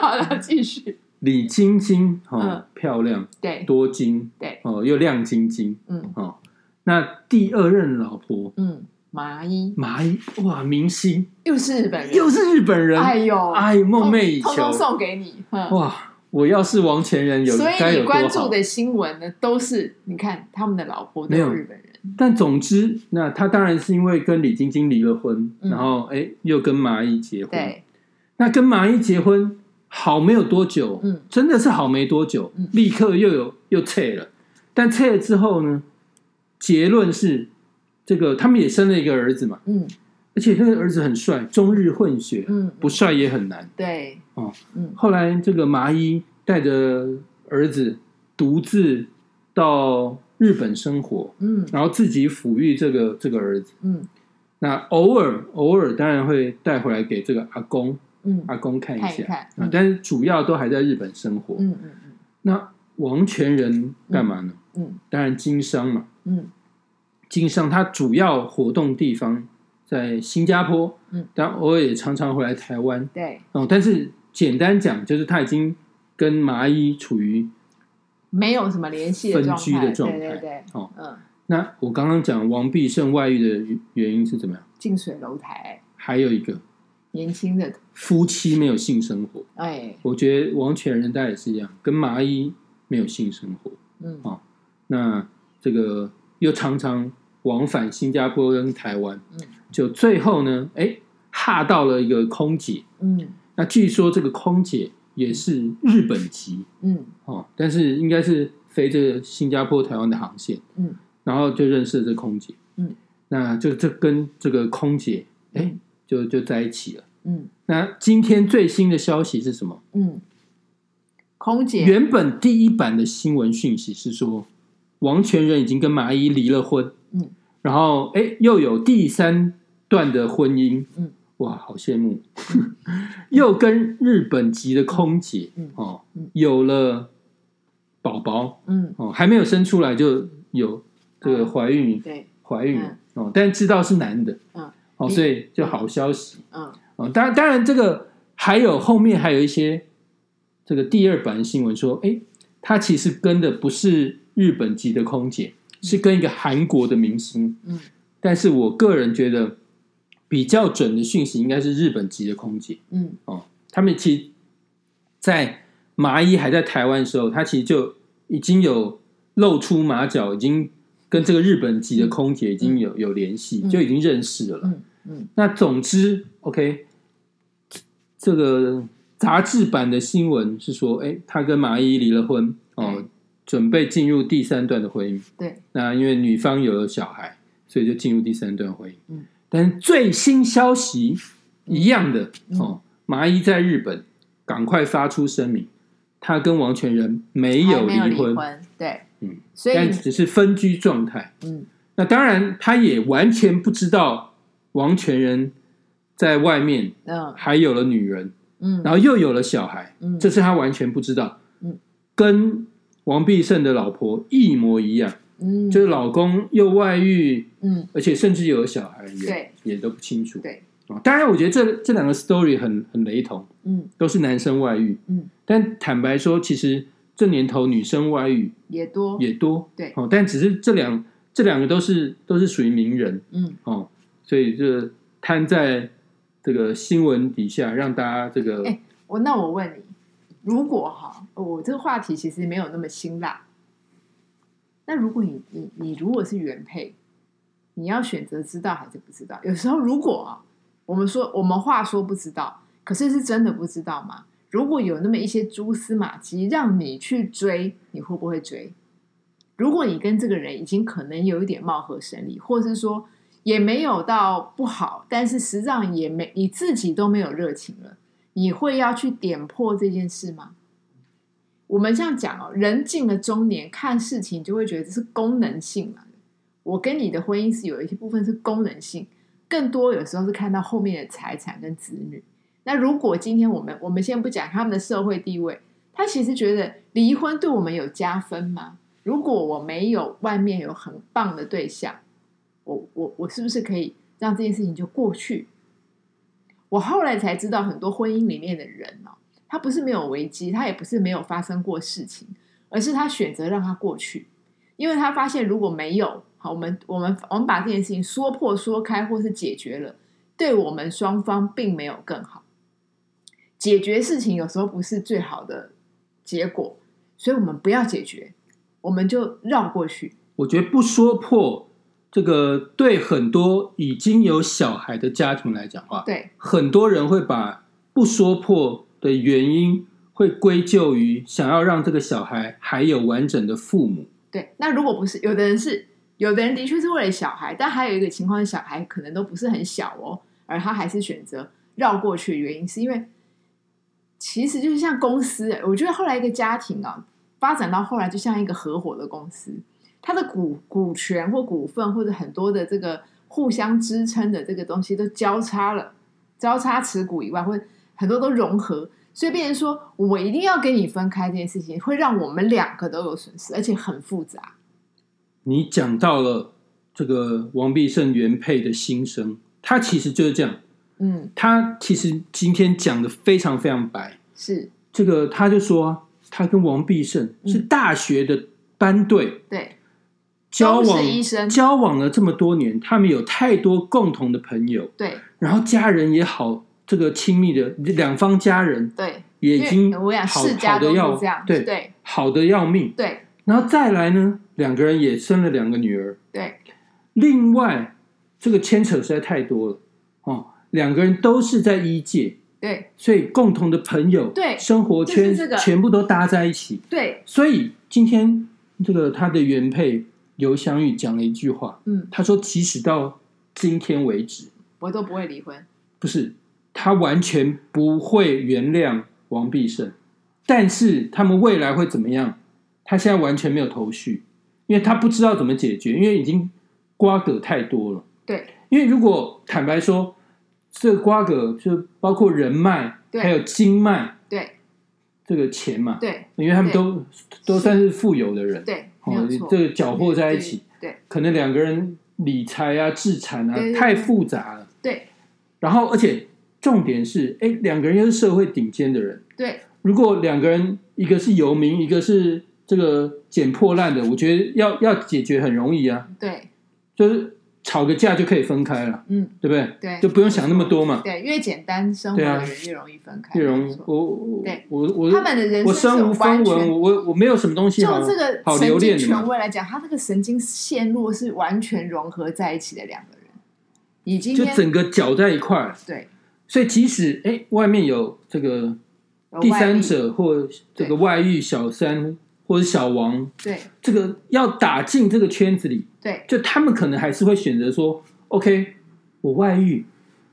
[SPEAKER 2] 好了，继续，
[SPEAKER 1] 李晶晶哦，
[SPEAKER 2] 嗯
[SPEAKER 1] 漂亮
[SPEAKER 2] 对，
[SPEAKER 1] 多金，
[SPEAKER 2] 对
[SPEAKER 1] 哦，又亮晶晶
[SPEAKER 2] 嗯
[SPEAKER 1] 哦。那第二任老婆
[SPEAKER 2] 嗯，麻衣
[SPEAKER 1] 麻衣哇，明星
[SPEAKER 2] 又是日本人，
[SPEAKER 1] 又是日本人，
[SPEAKER 2] 哎呦，
[SPEAKER 1] 哎梦寐以
[SPEAKER 2] 通
[SPEAKER 1] 求
[SPEAKER 2] 通，送给你，哼
[SPEAKER 1] 哇！我要是王前人有，
[SPEAKER 2] 所
[SPEAKER 1] 该
[SPEAKER 2] 以
[SPEAKER 1] 有
[SPEAKER 2] 你关
[SPEAKER 1] 多
[SPEAKER 2] 注
[SPEAKER 1] 好。
[SPEAKER 2] 的新闻呢，都是你看他们的老婆都
[SPEAKER 1] 没有
[SPEAKER 2] 是日本人，
[SPEAKER 1] 但总之，那他当然是因为跟李晶晶离了婚，
[SPEAKER 2] 嗯
[SPEAKER 1] 然后哎、又跟麻衣结婚。
[SPEAKER 2] 对，
[SPEAKER 1] 那跟麻衣结婚好没有多久，
[SPEAKER 2] 嗯，
[SPEAKER 1] 真的是好没多久，
[SPEAKER 2] 嗯
[SPEAKER 1] 立刻又有又撤了。但撤了之后呢，结论是这个他们也生了一个儿子嘛，
[SPEAKER 2] 嗯
[SPEAKER 1] 而且那个儿子很帅，中日混血，
[SPEAKER 2] 嗯，
[SPEAKER 1] 不帅也很难。
[SPEAKER 2] 对，
[SPEAKER 1] 哦，
[SPEAKER 2] 嗯
[SPEAKER 1] 后来这个麻衣带着儿子独自到日本生活，
[SPEAKER 2] 嗯
[SPEAKER 1] 然后自己抚育这个这个儿子。
[SPEAKER 2] 嗯
[SPEAKER 1] 那偶尔偶尔当然会带回来给这个阿公
[SPEAKER 2] 嗯
[SPEAKER 1] 阿公看一
[SPEAKER 2] 看一
[SPEAKER 1] 下，
[SPEAKER 2] 看
[SPEAKER 1] 啊
[SPEAKER 2] 嗯
[SPEAKER 1] 但是主要都还在日本生活。
[SPEAKER 2] 嗯嗯嗯
[SPEAKER 1] 那王全仁干嘛呢？
[SPEAKER 2] 嗯
[SPEAKER 1] 当然经商嘛，
[SPEAKER 2] 嗯
[SPEAKER 1] 经商他主要活动地方在新加坡，
[SPEAKER 2] 嗯，
[SPEAKER 1] 但偶尔也常常回来台湾。
[SPEAKER 2] 对，
[SPEAKER 1] 哦，但是简单讲，就是他已经跟麻衣处于
[SPEAKER 2] 没有什么联系的
[SPEAKER 1] 分
[SPEAKER 2] 状
[SPEAKER 1] 居的
[SPEAKER 2] 态，
[SPEAKER 1] 状态
[SPEAKER 2] 对对对，
[SPEAKER 1] 哦。
[SPEAKER 2] 嗯，
[SPEAKER 1] 那我刚刚讲王必胜外遇的原因是怎么样？
[SPEAKER 2] 近水楼台，
[SPEAKER 1] 还有一个
[SPEAKER 2] 年轻的，
[SPEAKER 1] 夫妻没有性生活，
[SPEAKER 2] 哎，
[SPEAKER 1] 我觉得王全仁大概也是一样，跟麻衣没有性生活。
[SPEAKER 2] 嗯
[SPEAKER 1] 哦那这个又常常往返新加坡跟台湾，
[SPEAKER 2] 嗯
[SPEAKER 1] 就最后呢，哎，哈到了一个空姐。
[SPEAKER 2] 嗯
[SPEAKER 1] 那据说这个空姐也是日本籍
[SPEAKER 2] 嗯
[SPEAKER 1] 哦，但是应该是飞这个新加坡、台湾的航线。
[SPEAKER 2] 嗯
[SPEAKER 1] 然后就认识了这空姐，
[SPEAKER 2] 嗯，
[SPEAKER 1] 那就这跟这个空姐，哎，就就在一起了。
[SPEAKER 2] 嗯
[SPEAKER 1] 那今天最新的消息是什么？
[SPEAKER 2] 嗯，空姐，
[SPEAKER 1] 原本第一版的新闻讯息是说，王全仁已经跟麻衣离了婚，
[SPEAKER 2] 嗯，
[SPEAKER 1] 然后哎又有第三段的婚姻，
[SPEAKER 2] 嗯，
[SPEAKER 1] 哇，好羡慕， 又跟日本籍的空姐，
[SPEAKER 2] 嗯
[SPEAKER 1] 哦
[SPEAKER 2] 嗯，
[SPEAKER 1] 有了宝宝
[SPEAKER 2] 嗯，
[SPEAKER 1] 哦，还没有生出来就有这个
[SPEAKER 2] 嗯
[SPEAKER 1] 怀孕
[SPEAKER 2] 对，
[SPEAKER 1] 怀孕
[SPEAKER 2] 嗯
[SPEAKER 1] 哦，但知道是男的，
[SPEAKER 2] 嗯，
[SPEAKER 1] 哦，
[SPEAKER 2] 比
[SPEAKER 1] 所以就好消息
[SPEAKER 2] 嗯
[SPEAKER 1] 哦。当然，当然这个还有后面还有一些这个第二版新闻说，哎，他其实跟的不是日本籍的空姐，是跟一个韩国的明星。
[SPEAKER 2] 嗯
[SPEAKER 1] 但是我个人觉得比较准的讯息应该是日本籍的空姐，
[SPEAKER 2] 嗯
[SPEAKER 1] 他们其实在麻衣还在台湾的时候，他其实就已经有露出马脚，已经跟这个日本籍的空姐已经有、有联系，
[SPEAKER 2] 嗯
[SPEAKER 1] 就已经认识了啦。
[SPEAKER 2] 嗯嗯
[SPEAKER 1] 那总之，OK，这个杂志版的新闻是说，哎，他跟麻衣离了婚哦
[SPEAKER 2] 嗯，
[SPEAKER 1] 准备进入第三段的婚姻。
[SPEAKER 2] 对，
[SPEAKER 1] 那因为女方有了小孩，所以就进入第三段婚姻。
[SPEAKER 2] 嗯，
[SPEAKER 1] 但是最新消息一样的、
[SPEAKER 2] 嗯
[SPEAKER 1] 哦，麻衣在日本赶快发出声明，他跟王全仁没
[SPEAKER 2] 还
[SPEAKER 1] 有
[SPEAKER 2] 没有
[SPEAKER 1] 离
[SPEAKER 2] 离
[SPEAKER 1] 婚，
[SPEAKER 2] 婚，对，
[SPEAKER 1] 嗯，
[SPEAKER 2] 所以
[SPEAKER 1] 但只是分居状态。
[SPEAKER 2] 嗯
[SPEAKER 1] 那当然，他也完全不知道王全仁在外面
[SPEAKER 2] 嗯
[SPEAKER 1] 还有了女人，
[SPEAKER 2] 嗯
[SPEAKER 1] 然后又有了小孩，
[SPEAKER 2] 嗯，
[SPEAKER 1] 这是他完全不知道。
[SPEAKER 2] 嗯，
[SPEAKER 1] 跟王必胜的老婆一模一样，
[SPEAKER 2] 嗯
[SPEAKER 1] 就是老公又外遇，
[SPEAKER 2] 嗯
[SPEAKER 1] 而且甚至有了小孩，也
[SPEAKER 2] 对
[SPEAKER 1] 也都不清楚。
[SPEAKER 2] 对
[SPEAKER 1] 哦，当然，我觉得这这两个 story 很很雷同，
[SPEAKER 2] 嗯
[SPEAKER 1] 都是男生外遇。
[SPEAKER 2] 嗯，
[SPEAKER 1] 但坦白说，其实这年头女生外遇
[SPEAKER 2] 也多，
[SPEAKER 1] 也多。
[SPEAKER 2] 对
[SPEAKER 1] 哦，但只是这两这两个都是都是属于名人。
[SPEAKER 2] 嗯
[SPEAKER 1] 哦，所以这摊在这个新闻底下，让大家这个、
[SPEAKER 2] 哎我那我问你，如果哈，哦我这个话题其实没有那么辛辣。那如果你你你如果是原配，你要选择知道还是不知道？有时候如果啊，我们说我们话说不知道，可是是真的不知道吗？如果有那么一些蛛丝马迹让你去追，你会不会追？如果你跟这个人已经可能有一点貌合神离，或是说也没有到不好，但是实际上也没你自己都没有热情了。你会要去点破这件事吗？我们这样讲哦，人进了中年，看事情就会觉得这是功能性嘛。我跟你的婚姻是有一些部分是功能性，更多有时候是看到后面的财产跟子女。那如果今天我们我们先不讲他们的社会地位，他其实觉得离婚对我们有加分吗？如果我没有外面有很棒的对象，我我我是不是可以让这件事情就过去？我后来才知道，很多婚姻里面的人哦，他不是没有危机，他也不是没有发生过事情，而是他选择让它过去，因为他发现如果没有好，我们我们我们把这件事情说破说开，或是解决了，对我们双方并没有更好。解决事情有时候不是最好的结果，所以我们不要解决，我们就绕过去。
[SPEAKER 1] 我觉得不说破这个，对很多已经有小孩的家庭来讲话，
[SPEAKER 2] 对，
[SPEAKER 1] 很多人会把不说破的原因会归咎于想要让这个小孩还有完整的父母。
[SPEAKER 2] 对，那如果不是，有的人是，有的人的确是为了小孩，但还有一个情况，小孩可能都不是很小哦，而他还是选择绕过去，原因是因为其实就是像公司，欸我觉得后来一个家庭啊，发展到后来就像一个合伙的公司，它的股股权或股份或者很多的这个互相支撑的这个东西都交叉了，交叉持股以外，或者很多都融合，所以变成说我一定要跟你分开这件事情，会让我们两个都有损失，而且很复杂。
[SPEAKER 1] 你讲到了这个王必胜原配的心声，他其实就是这样，
[SPEAKER 2] 嗯，
[SPEAKER 1] 他其实今天讲的非常非常白。
[SPEAKER 2] 是
[SPEAKER 1] 这个他就说啊、他跟王必胜
[SPEAKER 2] 嗯
[SPEAKER 1] 是大学的班队、
[SPEAKER 2] 对，
[SPEAKER 1] 交
[SPEAKER 2] 都是
[SPEAKER 1] 往
[SPEAKER 2] 医生
[SPEAKER 1] 交往了这么多年，他们有太多共同的朋友，
[SPEAKER 2] 对，
[SPEAKER 1] 然后家人也好，这个亲密的两方家人
[SPEAKER 2] 对，
[SPEAKER 1] 也已经
[SPEAKER 2] 因为我想
[SPEAKER 1] 好
[SPEAKER 2] 世家
[SPEAKER 1] 好的
[SPEAKER 2] 都是
[SPEAKER 1] 要
[SPEAKER 2] 这样，
[SPEAKER 1] 对
[SPEAKER 2] 对，
[SPEAKER 1] 好的要命。
[SPEAKER 2] 对，
[SPEAKER 1] 然后再来呢，两个人也生了两个女儿。
[SPEAKER 2] 对，
[SPEAKER 1] 另外，这个牵扯实在太多了哦，两个人都是在医界，
[SPEAKER 2] 对，
[SPEAKER 1] 所以共同的朋友、
[SPEAKER 2] 对
[SPEAKER 1] 生活圈、
[SPEAKER 2] 就是这个
[SPEAKER 1] 全部都搭在一起。
[SPEAKER 2] 对，
[SPEAKER 1] 所以今天这个他的原配刘翔宇讲了一句话，
[SPEAKER 2] 嗯，
[SPEAKER 1] 他说：“即使到今天为止，
[SPEAKER 2] 我都不会离婚。
[SPEAKER 1] 不是他完全不会原谅王必胜，但是他们未来会怎么样？他现在完全没有头绪，因为他不知道怎么解决，因为已经瓜葛太多了。
[SPEAKER 2] 对，
[SPEAKER 1] 因为如果坦白说，这个瓜葛就包括人脉，
[SPEAKER 2] 对
[SPEAKER 1] 还有经脉，
[SPEAKER 2] 对
[SPEAKER 1] 这个钱嘛，
[SPEAKER 2] 对
[SPEAKER 1] 因为他们都都算是富有的人，
[SPEAKER 2] 对，没
[SPEAKER 1] 哦
[SPEAKER 2] 有，错，
[SPEAKER 1] 这个搅和在一起，
[SPEAKER 2] 对，
[SPEAKER 1] 可能两个人理财啊、置产啊
[SPEAKER 2] 对对对
[SPEAKER 1] 太复杂了。
[SPEAKER 2] 对
[SPEAKER 1] 然后，而且重点是，哎，两个人又是社会顶尖的人，
[SPEAKER 2] 对对
[SPEAKER 1] 如果两个人一个是游民，一个是这个捡破烂的，我觉得要要解决很容易啊，
[SPEAKER 2] 对，
[SPEAKER 1] 就是吵个架就可以分开了，
[SPEAKER 2] 嗯，
[SPEAKER 1] 对不对？
[SPEAKER 2] 对，
[SPEAKER 1] 就不用想那么多嘛。
[SPEAKER 2] 对，越简单生活
[SPEAKER 1] 对啊
[SPEAKER 2] 的人越容易分开，
[SPEAKER 1] 叶荣
[SPEAKER 2] 没，错
[SPEAKER 1] 我我
[SPEAKER 2] 对
[SPEAKER 1] 我我
[SPEAKER 2] 他们的人
[SPEAKER 1] 我
[SPEAKER 2] 生是
[SPEAKER 1] 身无分
[SPEAKER 2] 完全
[SPEAKER 1] 文，我我我没有什么东西好
[SPEAKER 2] 就这个
[SPEAKER 1] 好留
[SPEAKER 2] 神经
[SPEAKER 1] 恋的
[SPEAKER 2] 权
[SPEAKER 1] 嘛。
[SPEAKER 2] 威来讲，他那个神经线路是完全融合在一起的两个人。你今
[SPEAKER 1] 就
[SPEAKER 2] 天
[SPEAKER 1] 整个搅在一块儿。
[SPEAKER 2] 对
[SPEAKER 1] 所以即使哎外面有这个
[SPEAKER 2] 有
[SPEAKER 1] 第
[SPEAKER 2] 呃外
[SPEAKER 1] 三
[SPEAKER 2] 力
[SPEAKER 1] 者或这个外遇小三或者小王，
[SPEAKER 2] 对
[SPEAKER 1] 这个要打进这个圈子里，
[SPEAKER 2] 对
[SPEAKER 1] 就他们可能还是会选择说，OK，我外遇，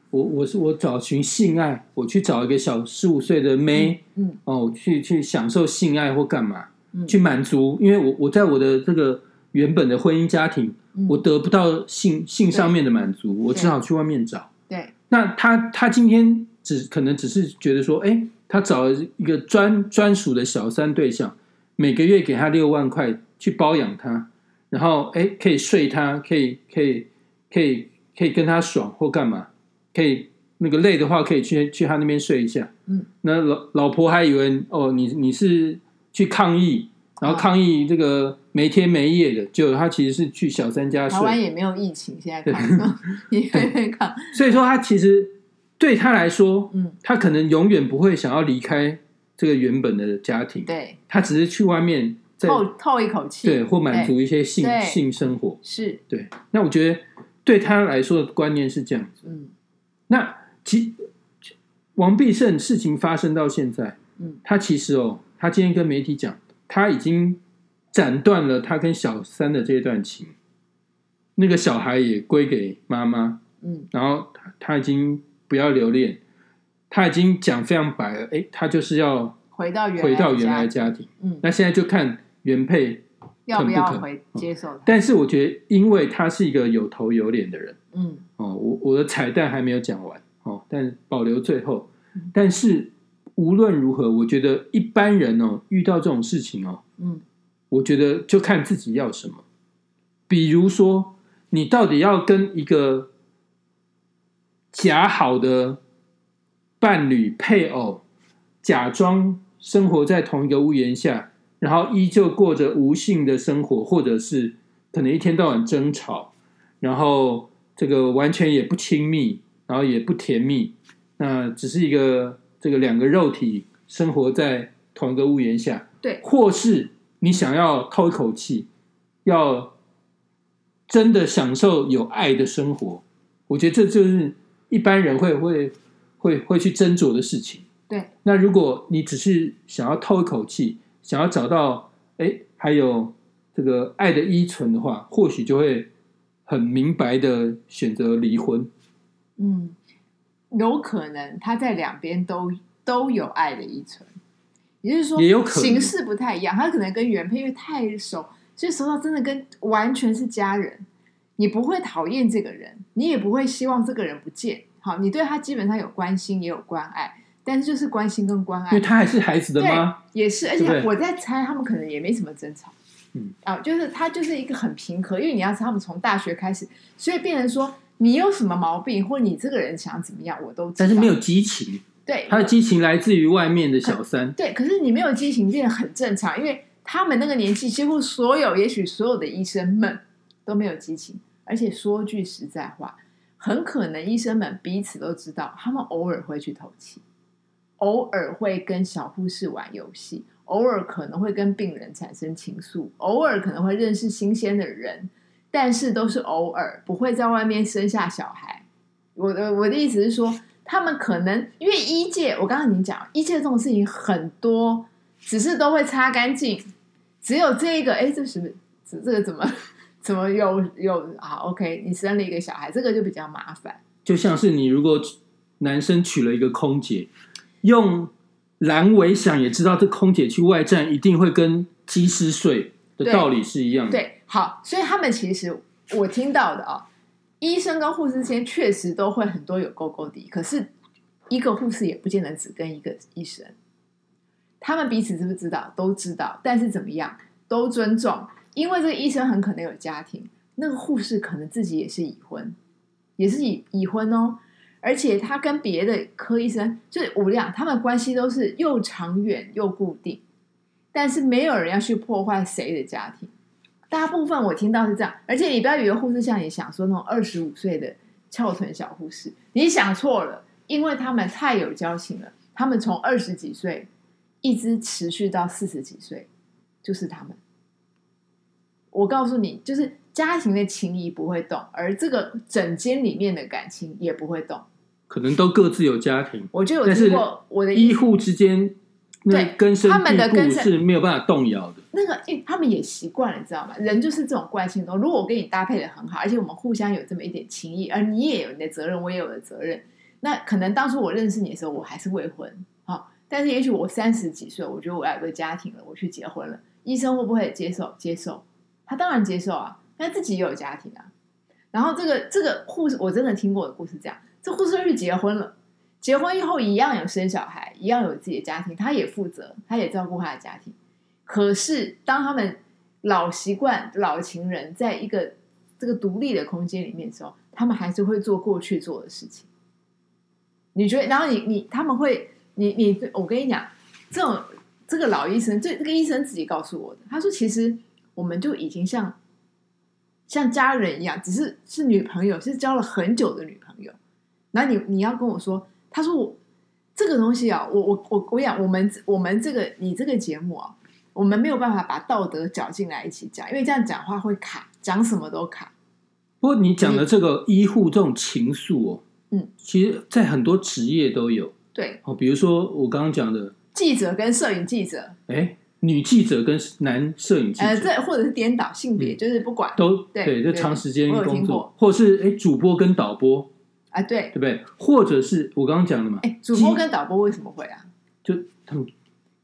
[SPEAKER 1] 我我是我找寻性爱，我去找一个小十五岁的妹、
[SPEAKER 2] 嗯
[SPEAKER 1] 哦，我去去享受性爱或干嘛，
[SPEAKER 2] 嗯
[SPEAKER 1] 去满足，因为我我在我的这个原本的婚姻家庭，
[SPEAKER 2] 嗯
[SPEAKER 1] 我得不到性性上面的满足，我只好去外面找。
[SPEAKER 2] 对
[SPEAKER 1] 那他他今天只可能只是觉得说，哎，他找了一个专专属的小三对象，每个月给他六万块去包养他，然后哎可以睡他，可以可以可以可以跟他爽或干嘛，可以那个累的话可以去去他那边睡一下。
[SPEAKER 2] 嗯，
[SPEAKER 1] 那老老婆还以为哦你你是去抗议，然后
[SPEAKER 2] 啊
[SPEAKER 1] 抗议这个没天没夜的，结果他其实是去小三家睡
[SPEAKER 2] 台。湾也没有疫情，现在看 你看看，
[SPEAKER 1] 所以说他其实对他来说，
[SPEAKER 2] 嗯，
[SPEAKER 1] 他可能永远不会想要离开这个原本的家庭，
[SPEAKER 2] 对，
[SPEAKER 1] 他只是去外面在
[SPEAKER 2] 透透一口气，
[SPEAKER 1] 对或满足一些性
[SPEAKER 2] 对
[SPEAKER 1] 性生活。
[SPEAKER 2] 是
[SPEAKER 1] 对，那我觉得对他来说的观念是这样子。
[SPEAKER 2] 嗯
[SPEAKER 1] 那其王必胜事情发生到现在，
[SPEAKER 2] 嗯，
[SPEAKER 1] 他其实哦，他今天跟媒体讲，他已经斩断了他跟小三的这段情，那个小孩也归给妈妈，
[SPEAKER 2] 嗯
[SPEAKER 1] 然后他他已经不要留恋，他已经讲非常白了，哎，他就是要
[SPEAKER 2] 回到原来
[SPEAKER 1] 回到
[SPEAKER 2] 的
[SPEAKER 1] 原来的
[SPEAKER 2] 家
[SPEAKER 1] 家庭。
[SPEAKER 2] 嗯
[SPEAKER 1] 那现在就看原配，
[SPEAKER 2] 要不
[SPEAKER 1] 肯不嗯
[SPEAKER 2] 要
[SPEAKER 1] 肯
[SPEAKER 2] 回接受他
[SPEAKER 1] 但是我觉得，因为他是一个有头有脸的人
[SPEAKER 2] 嗯
[SPEAKER 1] 哦，我我的彩蛋还没有讲完哦，但保留最后
[SPEAKER 2] 嗯。
[SPEAKER 1] 但是无论如何，我觉得一般人哦，遇到这种事情哦，
[SPEAKER 2] 嗯
[SPEAKER 1] 我觉得就看自己要什么。比如说，你到底要跟一个假好的伴侣、配偶，假装生活在同一个屋檐下，然后依旧过着无性的生活，或者是可能一天到晚争吵，然后这个完全也不亲密，然后也不甜蜜，那只是一个这个两个肉体生活在同一个屋檐下，
[SPEAKER 2] 对
[SPEAKER 1] 或是你想要透一口气，要真的享受有爱的生活，我觉得这就是一般人会会会会去斟酌的事情。
[SPEAKER 2] 对
[SPEAKER 1] 那如果你只是想要透一口气，想要找到哎还有这个爱的依存的话，或许就会很明白的选择离婚。
[SPEAKER 2] 嗯，有可能他在两边都都有爱的遗存，也就是说，
[SPEAKER 1] 也有可能
[SPEAKER 2] 形式不太一样，他可能跟原配因为太熟，所以熟到真的跟完全是家人，你不会讨厌这个人，你也不会希望这个人不见，好，你对他基本上有关心也有关爱，但是就是关心跟关
[SPEAKER 1] 因为
[SPEAKER 2] 爱
[SPEAKER 1] 她还是孩子的妈，
[SPEAKER 2] 也是，而
[SPEAKER 1] 对不
[SPEAKER 2] 且
[SPEAKER 1] 对
[SPEAKER 2] 我在猜他们可能也没什么争吵。
[SPEAKER 1] 嗯，
[SPEAKER 2] 啊，就是他就是一个很平和，因为你要知道他们从大学开始，所以变成说你有什么毛病，或你这个人想怎么样，我都知道。
[SPEAKER 1] 但是没有激情，
[SPEAKER 2] 对
[SPEAKER 1] 她的激情来自于外面的小三。
[SPEAKER 2] 对，可是你没有激情变得很正常，因为他们那个年纪，几乎所有也许所有的医生们都没有激情，而且说句实在话，很可能医生们彼此都知道，他们偶尔会去透气，偶尔会跟小护士玩游戏，偶尔可能会跟病人产生情愫，偶尔可能会认识新鲜的人，但是都是偶尔，不会在外面生下小孩。我的我的意思是说，他们可能因为医界，我刚刚已经讲，医界这种事情很多，只是都会擦干净，只有这个，哎，这是不是这这个怎么 怎么有有啊？OK，你生了一个小孩，这个就比较麻烦。
[SPEAKER 1] 就像是你如果男生娶了一个空姐，用阑尾想也知道这空姐去外站一定会跟机师睡的道理是一样的。
[SPEAKER 2] 对，好，所以他们其实我听到的啊、医生跟护士之间确实都会很多有勾勾的，可是一个护士也不见得只跟一个医生，他们彼此知不知道都知道，但是怎么样都尊重，因为这个医生很可能有家庭，那个护士可能自己也是已婚，也是已已婚哦。而且他跟别的科医生，就是我们俩，他们关系都是又长远又固定，但是没有人要去破坏谁的家庭。大部分我听到是这样，而且你不要以为护士像你想说那种二十五岁的翘臀小护士，你想错了，因为他们太有交情了，他们从二十几岁一直持续到四十几岁，就是他们。我告诉你，就是家庭的情谊不会动，而这个整间里面的感情也不会动。
[SPEAKER 1] 可能都各自有家庭，
[SPEAKER 2] 我就有
[SPEAKER 1] 但
[SPEAKER 2] 听
[SPEAKER 1] 是
[SPEAKER 2] 过我的
[SPEAKER 1] 医护之间那
[SPEAKER 2] 对
[SPEAKER 1] 根深
[SPEAKER 2] 他们的
[SPEAKER 1] 蒂
[SPEAKER 2] 根
[SPEAKER 1] 固
[SPEAKER 2] 深
[SPEAKER 1] 是没有办法动摇的。
[SPEAKER 2] 那个，因为他们也习惯了，你知道吗？人就是这种惯性的东西。如果我跟你搭配的很好，而且我们互相有这么一点情谊，而你也有你的责任，我也有我的责任，那可能当初我认识你的时候，我还是未婚，好、但是也许我三十几岁，我觉得我要有个家庭了，我去结婚了，医生会不会接受？接受，他当然接受啊，他自己也有家庭啊。然后这个这个护士，我真的听过的故事这样，这护士去结婚了。结婚以后一样有生小孩，一样有自己的家庭，他也负责，他也照顾他的家庭。可是当他们老习惯、老情人在一个这个独立的空间里面的时候，他们还是会做过去做的事情。你觉得？然后你你他们会，你你我跟你讲，这种这个老医生，这这个医生自己告诉我的，他说其实我们就已经像像家人一样，只是是女朋友，是交了很久的女朋友。然后你你要跟我说，他说我这个东西啊，我我我我讲我们我们这个你这个节目啊，我们没有办法把道德搅进来一起讲，因为这样讲话会卡，讲什么都卡。
[SPEAKER 1] 不过你讲的这个医护这种情愫哦，
[SPEAKER 2] 嗯，
[SPEAKER 1] 其实在很多职业都有
[SPEAKER 2] 对，
[SPEAKER 1] 哦，比如说我刚刚讲的，
[SPEAKER 2] 记者跟摄影记者，
[SPEAKER 1] 哎，女记者跟男摄影记者、嗯
[SPEAKER 2] 呃，这或者是颠倒性别，就是不管啊、
[SPEAKER 1] 都
[SPEAKER 2] 对
[SPEAKER 1] 就
[SPEAKER 2] 对
[SPEAKER 1] 长时间
[SPEAKER 2] 我有
[SPEAKER 1] 工
[SPEAKER 2] 听
[SPEAKER 1] 作
[SPEAKER 2] 过，
[SPEAKER 1] 或是哎主播跟导播，对
[SPEAKER 2] 啊对，
[SPEAKER 1] 不对？或者是我刚刚讲的嘛，
[SPEAKER 2] 哎，主播
[SPEAKER 1] 基
[SPEAKER 2] 跟导播为什么会啊？
[SPEAKER 1] 就他们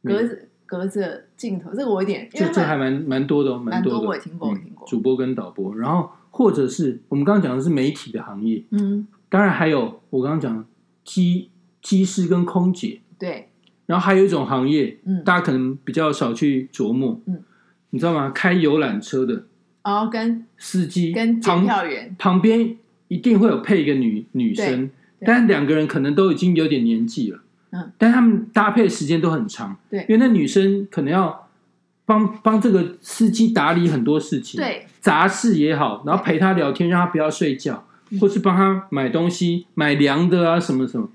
[SPEAKER 1] 没有
[SPEAKER 2] 隔着隔着镜头，这个我有点，因
[SPEAKER 1] 这
[SPEAKER 2] 为
[SPEAKER 1] 这
[SPEAKER 2] 他
[SPEAKER 1] 还
[SPEAKER 2] 们
[SPEAKER 1] 蛮蛮多的哦，
[SPEAKER 2] 蛮
[SPEAKER 1] 多
[SPEAKER 2] 多
[SPEAKER 1] 的。
[SPEAKER 2] 我也听过我
[SPEAKER 1] 嗯
[SPEAKER 2] 听过
[SPEAKER 1] 主播跟导播，然后或者是我们刚刚讲的是媒体的行业，
[SPEAKER 2] 嗯，
[SPEAKER 1] 当然还有我刚刚讲的机机师跟空姐，
[SPEAKER 2] 对，
[SPEAKER 1] 然后还有一种行业，
[SPEAKER 2] 嗯，
[SPEAKER 1] 大家可能比较少去琢磨，
[SPEAKER 2] 嗯，
[SPEAKER 1] 你知道吗？开游览车的
[SPEAKER 2] 然后跟
[SPEAKER 1] 司机
[SPEAKER 2] 跟检
[SPEAKER 1] 旁
[SPEAKER 2] 票员，
[SPEAKER 1] 旁边一定会有配一个女女生，
[SPEAKER 2] 对
[SPEAKER 1] 但两个人可能都已经有点年纪了，
[SPEAKER 2] 嗯，
[SPEAKER 1] 但他们搭配的时间都很长，
[SPEAKER 2] 对
[SPEAKER 1] 因为那女生可能要帮帮这个司机打理很多事情，，
[SPEAKER 2] 对
[SPEAKER 1] 杂事也好，然后陪他聊天，让他不要睡觉，
[SPEAKER 2] 嗯
[SPEAKER 1] 或是帮他买东西、买凉的啊什么什么，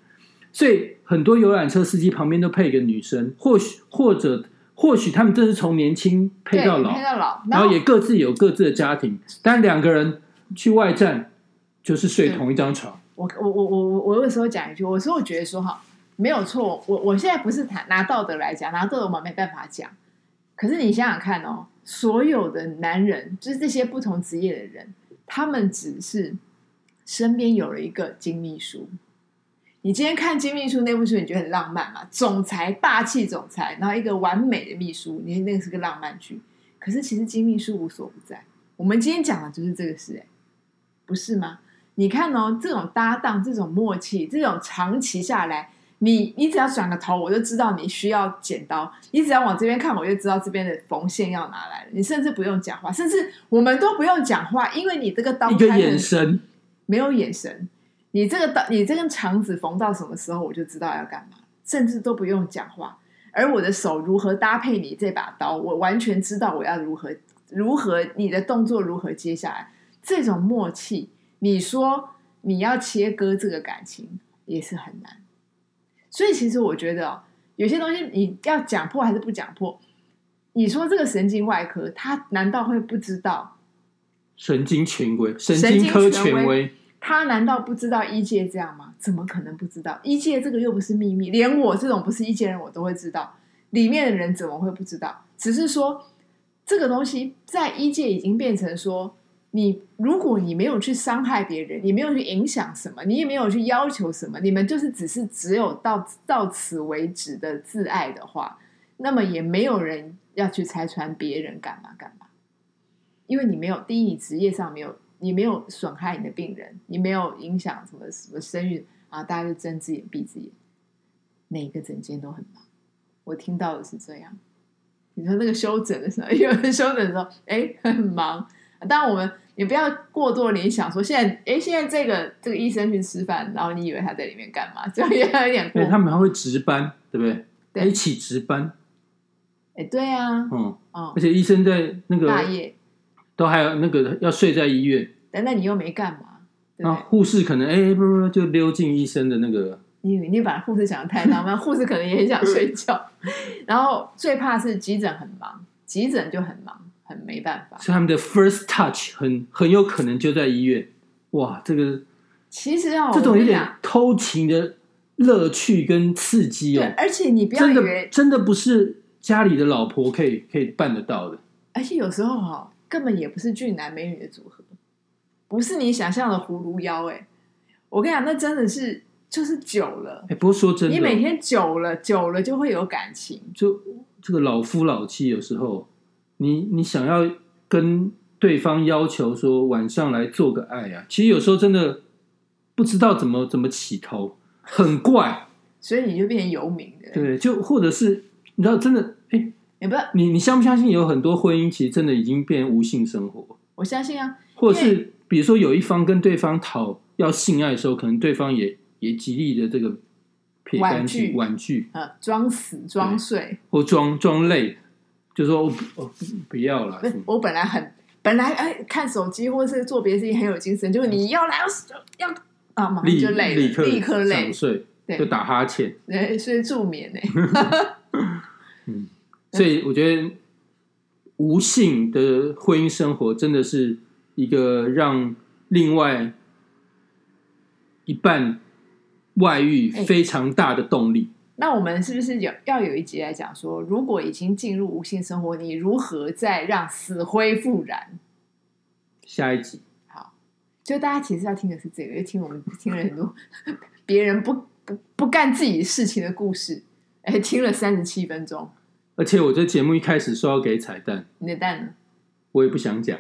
[SPEAKER 1] 所以很多游览车司机旁边都配一个女生，或许或者或许他们真是从年轻配
[SPEAKER 2] 对，
[SPEAKER 1] 到老
[SPEAKER 2] 配，到老，
[SPEAKER 1] 然后也各自有各自的家庭，但两个人去外站就是睡同一张床，
[SPEAKER 2] 我我我我我我有时候讲一句，我说我觉得说哈，没有错，我我现在不是谈拿道德来讲，拿道德我们没办法讲。可是你想想看哦，所有的男人，就是这些不同职业的人，他们只是身边有了一个金秘书。你今天看金秘书那部书，你觉得很浪漫嘛？总裁霸气总裁，然后一个完美的秘书，你那个是个浪漫剧。可是其实金秘书无所不在。我们今天讲的就是这个事、哎，不是吗？你看哦，这种搭档、这种默契、这种长期下来，你你只要转个头，我就知道你需要剪刀；你只要往这边看，我就知道这边的缝线要拿来了。你甚至不用讲话，甚至我们都不用讲话，因为你这个刀
[SPEAKER 1] 一个
[SPEAKER 2] 开的
[SPEAKER 1] 眼神，
[SPEAKER 2] 没有眼神，你这个刀，你这根肠子缝到什么时候，我就知道要干嘛，甚至都不用讲话。而我的手如何搭配你这把刀，我完全知道我要如何如何你的动作如何接下来，这种默契，你说你要切割这个感情也是很难。所以其实我觉得、哦，有些东西你要讲破还是不讲破？你说这个神经外科，他难道会不知道
[SPEAKER 1] 神经权威，神
[SPEAKER 2] 神经
[SPEAKER 1] 经科
[SPEAKER 2] 权威
[SPEAKER 1] 威，
[SPEAKER 2] 他难道不知道医界这样吗？怎么可能不知道？医界这个又不是秘密，连我这种不是医界人我都会知道，里面的人怎么会不知道？只是说这个东西在医界已经变成说，你如果你没有去伤害别人，你没有去影响什么，你也没有去要求什么，你们就是只是只有到到此为止的自爱的话，那么也没有人要去拆穿别人干嘛干嘛，因为你没有第一，你职业上没有你没有损害你的病人，你没有影响什么什么生育啊，大家就睁只眼闭只眼，每一个诊间都很忙。我听到的是这样。你说那个休整的时候， 有人休整的时候，哎，很忙。当然，我们也不要过多联想说现在，哎，现在这个这个医生去吃饭，然后你以为他在里面干嘛？这样 也有点过
[SPEAKER 1] 对，。哎他们还会值班，对不对？
[SPEAKER 2] 嗯对
[SPEAKER 1] 还一起值班，
[SPEAKER 2] 哎，对啊，
[SPEAKER 1] 嗯，
[SPEAKER 2] 哦
[SPEAKER 1] 而，且医生在那
[SPEAKER 2] 大
[SPEAKER 1] 个
[SPEAKER 2] 夜，
[SPEAKER 1] 都还有那个要睡在医院，
[SPEAKER 2] 但那你又没干嘛，对
[SPEAKER 1] 然
[SPEAKER 2] 不
[SPEAKER 1] 后
[SPEAKER 2] 对？
[SPEAKER 1] 护士可能哎不不不就溜进医生的那个，
[SPEAKER 2] 你以为你把护士想的太浪 漫，护士可能也很想睡觉。然后最怕是急诊很忙，急诊就很忙，很没办法。
[SPEAKER 1] 所以他们的 first touch 很很有可能就在医院。哇，这个
[SPEAKER 2] 其实啊，
[SPEAKER 1] 这
[SPEAKER 2] 我
[SPEAKER 1] 种
[SPEAKER 2] 跟
[SPEAKER 1] 有
[SPEAKER 2] 你
[SPEAKER 1] 点
[SPEAKER 2] 讲
[SPEAKER 1] 偷情的乐趣跟刺激
[SPEAKER 2] 对，
[SPEAKER 1] 哦，
[SPEAKER 2] 而且你不要
[SPEAKER 1] 真
[SPEAKER 2] 以
[SPEAKER 1] 的
[SPEAKER 2] 为，
[SPEAKER 1] 真的不是家里的老婆可以可以办得到的。
[SPEAKER 2] 而且有时候哈、根本也不是俊男美女的组合，不是你想象的葫芦腰、哎，我跟你讲，那真的是就是久了，
[SPEAKER 1] 哎，不过说真的
[SPEAKER 2] 你每
[SPEAKER 1] 哦，
[SPEAKER 2] 天久了，久了就会有感情。
[SPEAKER 1] 就这个老夫老妻，有时候你你想要跟对方要求说晚上来做个爱啊，其实有时候真的不知道怎么怎么起头，很 怪，
[SPEAKER 2] 所以你就变成游民的，
[SPEAKER 1] 对，就或者是你知道真的，哎，
[SPEAKER 2] 也不是，
[SPEAKER 1] 你你相不相信有很多婚姻其实真的已经变无性生活，
[SPEAKER 2] 我相信啊，
[SPEAKER 1] 或者是比如说有一方跟对方讨要性爱的时候，可能对方也也极力的这个撇干净婉拒
[SPEAKER 2] 呃，装死装睡，
[SPEAKER 1] 或装装累，就说我不哦不要了
[SPEAKER 2] 不，是，我本来很本来哎看手机或是做别的事情很有精神，就是你要来要要啊，马上
[SPEAKER 1] 嗯立
[SPEAKER 2] 就累了，
[SPEAKER 1] 立
[SPEAKER 2] 立
[SPEAKER 1] 刻
[SPEAKER 2] 刻累
[SPEAKER 1] 想，睡，
[SPEAKER 2] 对
[SPEAKER 1] 就打嗯哈欠。
[SPEAKER 2] 对，所以助眠欸呢、嗯
[SPEAKER 1] 所以我觉得无性的婚姻生活真的是一个让另外一半外遇
[SPEAKER 2] 哎
[SPEAKER 1] 非常大的动力。
[SPEAKER 2] 那我们是不是有要有一集来讲说，如果已经进入无性生活，你如何再让死灰复燃？
[SPEAKER 1] 下一集
[SPEAKER 2] 就大家其实要听的是这个，就听我们听了很多 别人不不不干自己事情的故事，哎，听了三十七分钟，
[SPEAKER 1] 而且我这节目一开始说要给彩蛋，
[SPEAKER 2] 你的蛋呢？
[SPEAKER 1] 我也不想讲，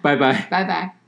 [SPEAKER 1] 拜拜。
[SPEAKER 2] 拜拜。